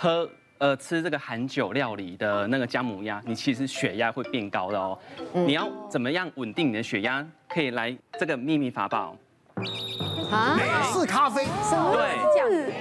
喝呃吃这个韩酒料理的那个姜母鸭，你其实血压会变高的哦。你要怎么样稳定你的血压？可以来这个秘密法宝。啊，是咖啡，对哦这样子，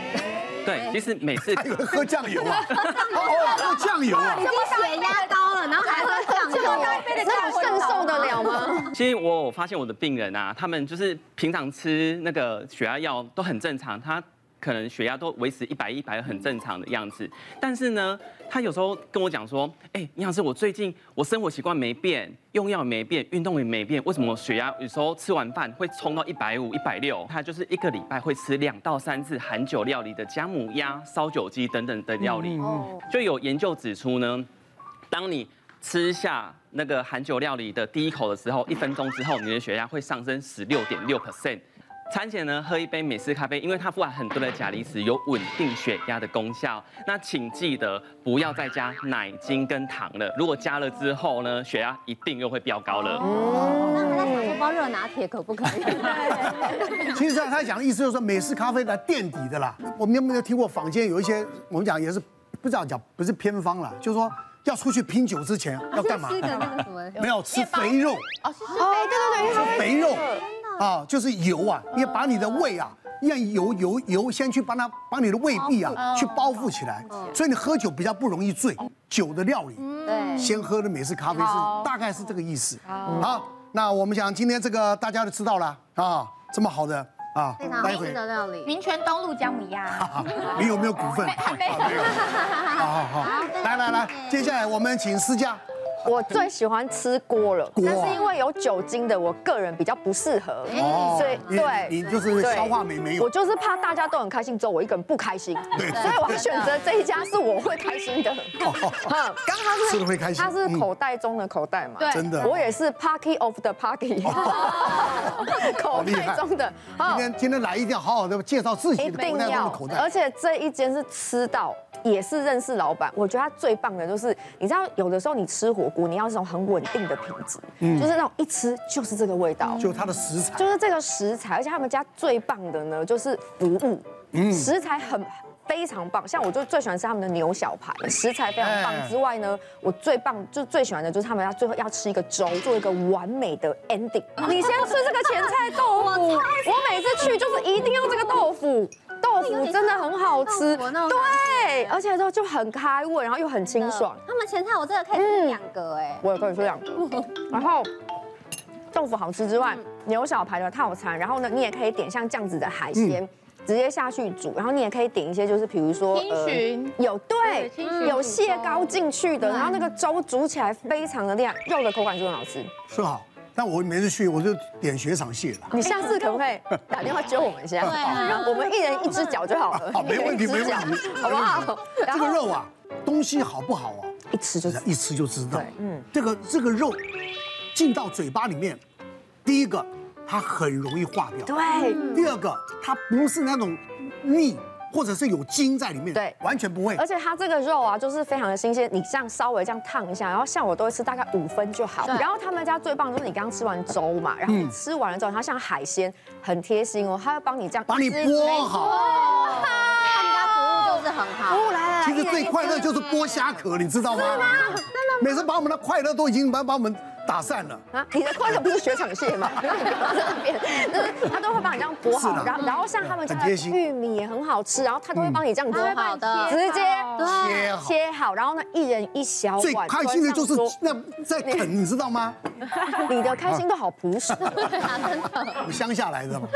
对，其实每次 他以为喝酱油 啊，哦，喝酱油啊你，哎血压高了，然后还喝酱油，这么大一杯的这有胜受得嗯了吗？ 其实我有发现我的病人啊，他们就是平常吃那个血压药都很正常，他可能血压都维持一百一百很正常的样子。但是呢，他有时候跟我讲说，哎、营养师，我最近我生活习惯没变，用药也没变，运动也没变，为什么我血压有时候吃完饭会冲到一百五、一百六？他就是一个礼拜会吃两到三次含酒料理的姜母鸭、烧酒鸡等等的料理。嗯就有研究指出呢，当你吃下那个含酒料理的第一口的时候，一分钟之后，你的血压会上升十六点六 percent。餐前呢，喝一杯美式咖啡，因为它富含很多的钾离子，有稳定血压的功效。那请记得不要再加奶精跟糖了，如果加了之后呢，血压一定又会飙高了。嗯那还在想说包热拿铁可不可以？其实他讲的意思就是说美式咖啡来垫底的啦。我们有没有听过坊间有一些我们讲也是不知道讲不是偏方啦，就是说要出去拼酒之前 要干嘛？吃的那个什么，没有吃肥肉，哦，对对对，肥肉啊，就是油啊，你把你的胃啊。让油油油先去把它把你的胃壁啊去包覆哦起来，所以你喝酒比较不容易醉。酒的料理，对，先喝的美式咖啡是大概是这个意思。好，那我们想今天这个大家都知道了啊，这么好的啊非，常好待吃会的料理。民权东路姜母鸭，啊你有没有股份？啊没有。好好好，来来来，接下来我们请私家我最喜欢吃锅了，锅啊但是因为有酒精的，我个人比较不适合，哦所以，你哎对。你就是消化没没我有，就是怕大家都很开心，只有我一个人不开心，所以我要选择这一家是我会开心的。嗯哈，刚刚 吃了会开心嗯它是口袋中的口袋嘛？对真的。我也是 party of the party，口哦 袋中的。今哈天今天来一定要好好的介绍自己哎一的口定袋中要的口，而袋。且这一间是吃到也是认识老板，我觉得他最棒的就是，你知道有的时候你吃火锅，你要这种很稳定的品质，嗯就是那种一吃就是这个味道，就它的食材，就是这个食材，而且他们家最棒的呢就是服务，食材很。非常棒，像我就最喜欢吃他们的牛小排，食材非常哎棒。之外呢，我最棒就最喜欢的就是他们要最后要吃一个粥，做一个完美的 ending。你先吃这个前菜豆腐，我每次去就是一定要这个豆腐，豆哎腐真的很好吃，豆腐那种对，而且就就很开胃，然后又很清爽。他们前菜我真的可以吃两个哎，我也跟你说两个。然后豆腐好吃之外，牛小排的套餐，然后呢，你也可以点像这样子的海鲜。嗯直接下去煮，然后你也可以点一些，就是比如说呃青荨有对对青荨有煮蟹粥膏进去的，然后那个粥煮起来非常的亮，肉的口感就很好吃。是好。但我每次去我就点雪场蟹了。你下次可不可以打电话揪我们一下？对啊我们一人一只脚 就好了好，，啊没问题，一人没一只脚问题，好不好？然这个后肉啊，东西好不好啊？一吃就就是是一吃就知道对。嗯这个这个肉进到嘴巴里面，第一个它很容易化掉，对，第二个它不是那种腻或者是有筋在里面，对完全不会而。且它这个肉啊，就是非常的新鲜，你这样稍微这样烫一下，然后像我都会吃大概五分就好。然后他们家最棒就是你刚刚吃完粥嗯嘛，然后你吃完了之后，它像海鲜，很贴心哦，它会帮你这样把你一只剥好，哦 他们家服务就是很好。哦来来来，其实一人最快乐就是剥虾壳，你知道吗？每次把我们的快乐都已经把把我们打散了。啊，你的快乐不是雪场蟹吗？ 然后你不要在那边，就是他都会帮你这样剥是好啦，然后然后像他们家很的贴心玉米也很好吃，然后他都会帮你这样剥好好，的，直接切好切好，然后呢一人一小哎碗，嗯最开心的就是端上桌那在啃，你知道吗？你的开心都好朴哦实， 我乡下来 的嘛，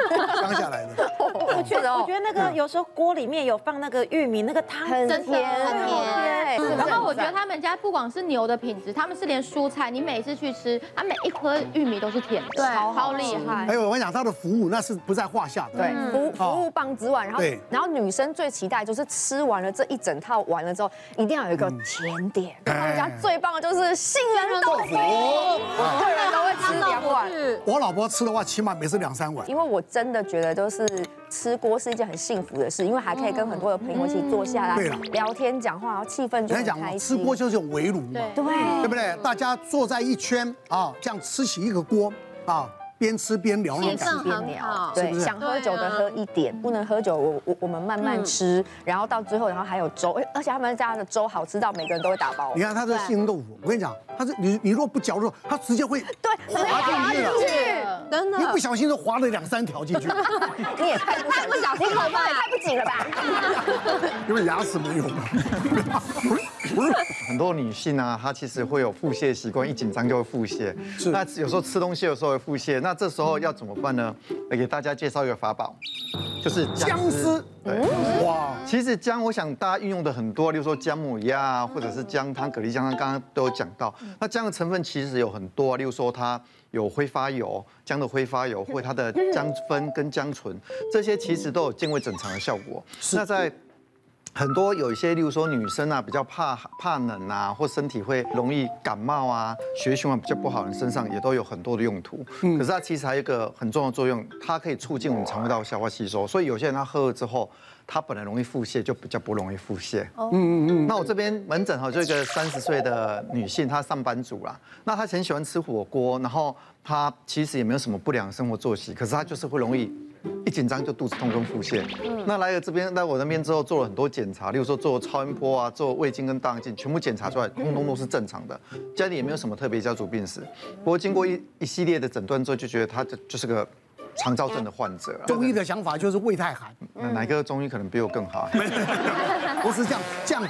乡下来的。我觉得我觉得那个有时候锅里面有放那个玉米，那个汤嗯很真的甜，很甜对然后我觉得他们家不光是牛的品质，他们是连蔬菜，你每次去吃，它每一颗玉米都是甜的，对，超厉害还。有哎我讲他的服务那是不在话下的。对，嗯服务服务棒之外，然后哦对然后女生最期待就是吃完了这一整套完了之后，一定要有一个嗯甜点。他哎们家最棒的就是杏仁豆腐，我个人都会吃两碗。我老婆吃的话，起码每次两三碗。因为我真的觉得，就是吃锅是一件很幸福的事，因为还可以跟很多的朋友一起坐下来嗯对啦聊天讲话，然后气氛就人家很讲开嘛，心。吃锅就是有围炉嘛，对嗯对，对不对？大家坐在一圈啊，这样吃起一个锅啊，边吃边聊那种气感觉氛。边很聊好，，啊对是不，是想喝酒的喝一点，不能喝酒我我我们慢嗯慢吃，然后到最后，然后还有粥，哎而且他们家的粥好吃到每个人都会打包你。看他这杏仁豆腐，我跟你讲，他是你你若不嚼肉，他直接会 对，滑进去了，真一不小心就滑了两三条进 去，你也太不小心，你口风也太不紧了吧？因为牙齿没有嘛。 很多女性啊，她其实会有腹泻习惯，一紧张就会腹泻。是那有时候吃东西，有时候会腹泻。那这时候要怎么办呢？呃给大家介绍一个法宝，就是僵尸，对。嗯哇，其实姜，我想大家运用的很多，例如说姜母鸭啊，或者是姜汤、蛤蜊姜汤，刚刚都有讲到。那姜的成分其实有很多，例如说它有挥发油，姜的挥发油，或它的姜酚跟姜醇，这些其实都有健胃整肠的效果。那在很多有一些，例如说女生啊，比较怕怕冷啊，或身体会容易感冒啊，血液循环比较不好的人身上也都有很多的用途。可是它其实还有一个很重要的作用，它可以促进我们肠胃道消化吸收。所以有些人他喝了之后，他本来容易腹泻，就比较不容易腹泻。那我这边门诊哈，就一个三十岁的女性，她上班族啦，那她很喜欢吃火锅，然后她其实也没有什么不良生活作息，可是她就是会容易。一紧张就肚子痛跟腹泻，那来了这边来我那边之后做了很多检查，例如说做超音波啊，做胃镜跟大肠镜，全部检查出来，通通都是正常的，家里也没有什么特别家族病史。不过经过一一系列的诊断之后，就觉得她就就是个肠燥症的患者啊。中医的想法就是胃太寒，那哪个中医可能比我更好？我是这样这样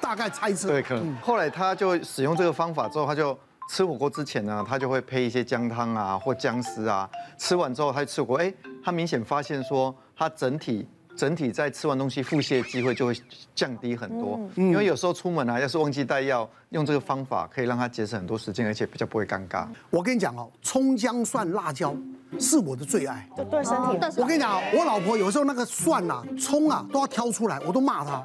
大概猜测。嗯对，可能。后来他就使用这个方法之后，他就吃火锅之前呢，他就会配一些姜汤啊或姜丝啊。吃完之后，他就吃火锅，哎，他明显发现说他整体。整体在吃完东西腹泻的机会就会降低很多，因为有时候出门啊，要是忘记带药，用这个方法可以让他节省很多时间，而且比较不会尴尬。我跟你讲哦，葱姜蒜辣椒是我的最爱。就哦对身体我跟你讲啊，我老婆有时候那个蒜呐、葱啊都要挑出来，我都骂她。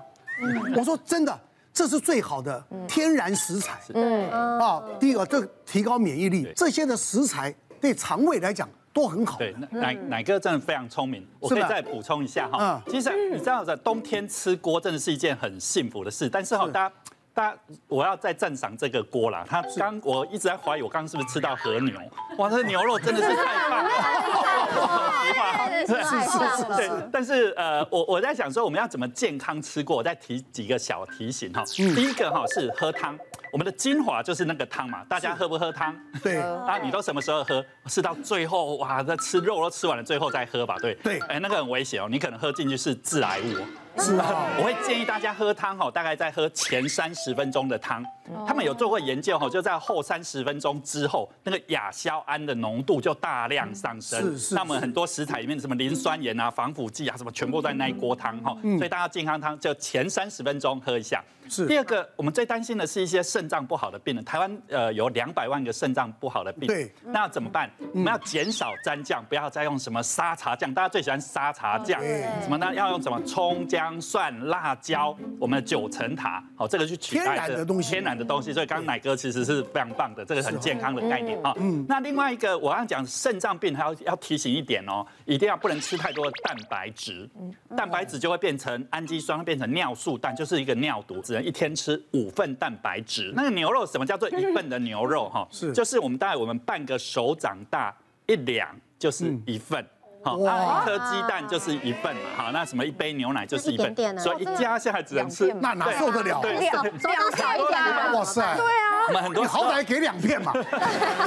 我说真的，这是最好的天然食材。嗯啊，第一个这提高免疫力，这些的食材对肠胃来讲都很好的。对，奶奶哥真的非常聪明，我可以是吧再补充一下哈。嗯其实啊你知道，在冬天吃锅真的是一件很幸福的事，但是哈，大家。大家，我要再赞赏这个锅啦！他刚我一直在怀疑，我刚刚是不是吃到和牛？哇，这牛肉 真的是太棒了！是是对，但是呃，我我在想说，我们要怎么健康吃过？我再提几个小提醒哈。第一个哈是喝汤，我们的精华就是那个汤嘛，大家喝不喝汤？对啊，你都什么时候喝？是到最后哇，那吃肉都吃完了，最后再喝吧，对。对哎，那个很危险哦，你可能喝进去是致癌物哦。是啊，我会建议大家喝汤哦，大概在喝前三十分钟的汤。他们有做过研究哦，就在后三十分钟之后，那个亚硝胺的浓度就大量上升。是是那我们很多食材里面什么磷酸盐啊、防腐剂啊，什么全部在那一锅汤哈。嗯所以大家健康汤就前三十分钟喝一下。是第二个，我们最担心的是一些肾脏不好的病人，台湾呃有两百万个肾脏不好的病。对嗯那要怎么办？我们要减少沾酱，不要再用什么沙茶酱，大家最喜欢沙茶酱对，什么呢？要用什么葱、姜、蒜、辣椒，我们的九层塔，好，这个去取代天然的这个东西天然的东西。所以刚刚奶哥其实是非常棒的，这个很健康的概念啊。那另外一个我要讲肾脏病，还要要提醒一点哦，一定要不能吃太多的蛋白质，蛋白质就会变成氨基酸，会变成尿素蛋，就是一个尿毒，只能一天吃五份蛋白质。那个牛肉什么叫做一份的牛肉哈？是就是我们大概我们半个手掌大一两就是嗯一份。好，啊一颗鸡蛋就是一份嘛，好，那什么一杯牛奶就是一份，一点点啊所以一家现在只能吃两片那哪受得了？对量量少一点啊，哇塞！对啊，我们很多你时候好歹给两片 嘛，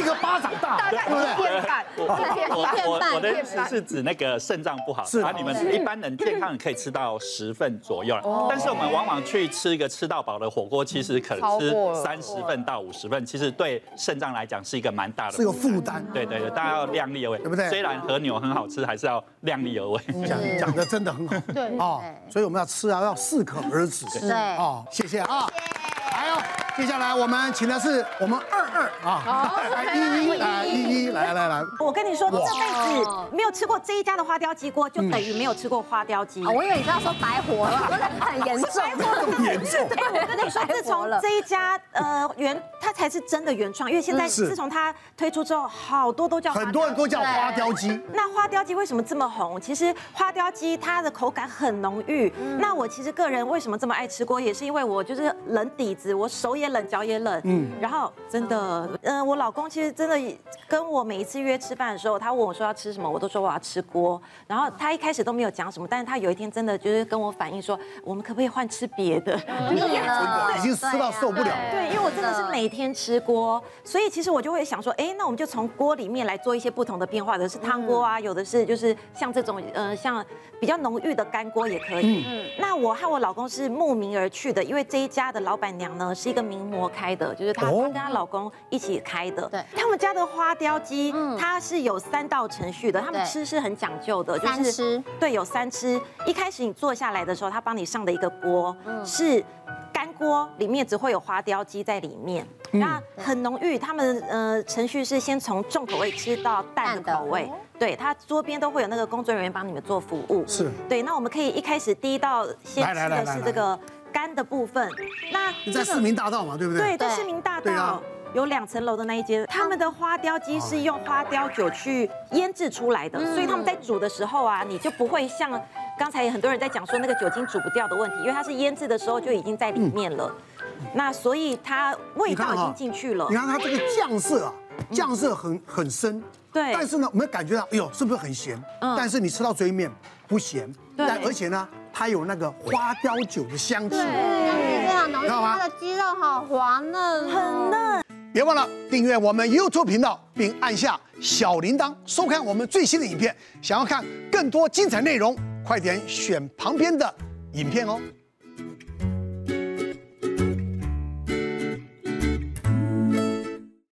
一个巴掌大，对不对？变半，我变我半，我我的意变思半。哦是指那个肾脏不好，是啊，你们一般人健康人可以吃到十份左右啦，哦但是我们往往去吃一个吃到饱的火锅，其实可能超吃过了三十份到五十份，其实对肾脏来讲是一个蛮大的是个负担。对对对，大家要量力而为，对不对虽然和牛很好吃，还是要量力而为。讲讲的真的很好，对啊，所以我们要吃啊，要适可而止，对啊，谢谢啊。还有，接下来我们请的是我们二二啊，来一一来一一来来来，我跟你说，这辈子没有吃过这一家的花雕鸡锅，就等于没有吃过花雕鸡。我以为你要说白活了，真的很严重，严重，哎，我跟你说，自从这一家呃原，它才是真的原创，因为现在嗯是自从它推出之后，好多都叫花雕很多人都叫花雕鸡，那花雕鸡为什么这么红？其实花雕鸡嗯它的口感很浓郁。那我其实个人为什么这么爱吃锅，也是因为我就是人抵子，我手也冷，脚也冷。嗯，然后真的，嗯、我老公其实真的跟我每一次约吃饭的时候，他问我说要吃什么，我都说我要吃锅。然后他一开始都没有讲什么，但是他有一天真的就是跟我反映说，我们可不可以换吃别的？腻了已经吃到受不了了。对，因为我真的是每天吃锅，所以其实我就会想说，哎，那我们就从锅里面来做一些不同的变化，有的是汤锅啊，有的是就是像这种呃，像比较浓郁的干锅也可以。嗯，那我和我老公是慕名而去的，因为这一家的老板娘呢是一个名模开的，就是她她哦跟她老公一起开的。对他们家的花雕鸡，它是有三道程序的，他们对吃是很讲究的，就三是吃对，有三吃。一开始你坐下来的时候，他帮你上的一个锅、是干锅，里面只会有花雕鸡在里面，那很浓郁。他们呃程序是先从重口味吃到淡淡的的口味。对他桌边都会有那个工作人员帮你们做服务，是对。那我们可以一开始第一道先来吃来来的来是来这个干的部分，那你在这个市民大道嘛，对不对？对，在对市民大对啊道有两层楼的那一间，他们的花雕鸡是用花雕酒去腌制出来嗯的，所以他们在煮的时候啊，你就不会像刚才很多人在讲说那个酒精煮不掉的问题，因为它是腌制的时候就已经在里面了。那所以它味道已经进去了嗯你，看它这个酱色啊，酱色很很深。嗯对但是呢，我们感觉到，哎呦，是不是很咸？嗯但是你吃到嘴里面不咸，对但而且呢，它有那个花雕酒的香气。非常浓郁，知道吗它的鸡肉好滑嫩，很嫩。别忘了订阅我们 YouTube 频道，并按下小铃铛，收看我们最新的影片。想要看更多精彩内容，快点选旁边的影片哦。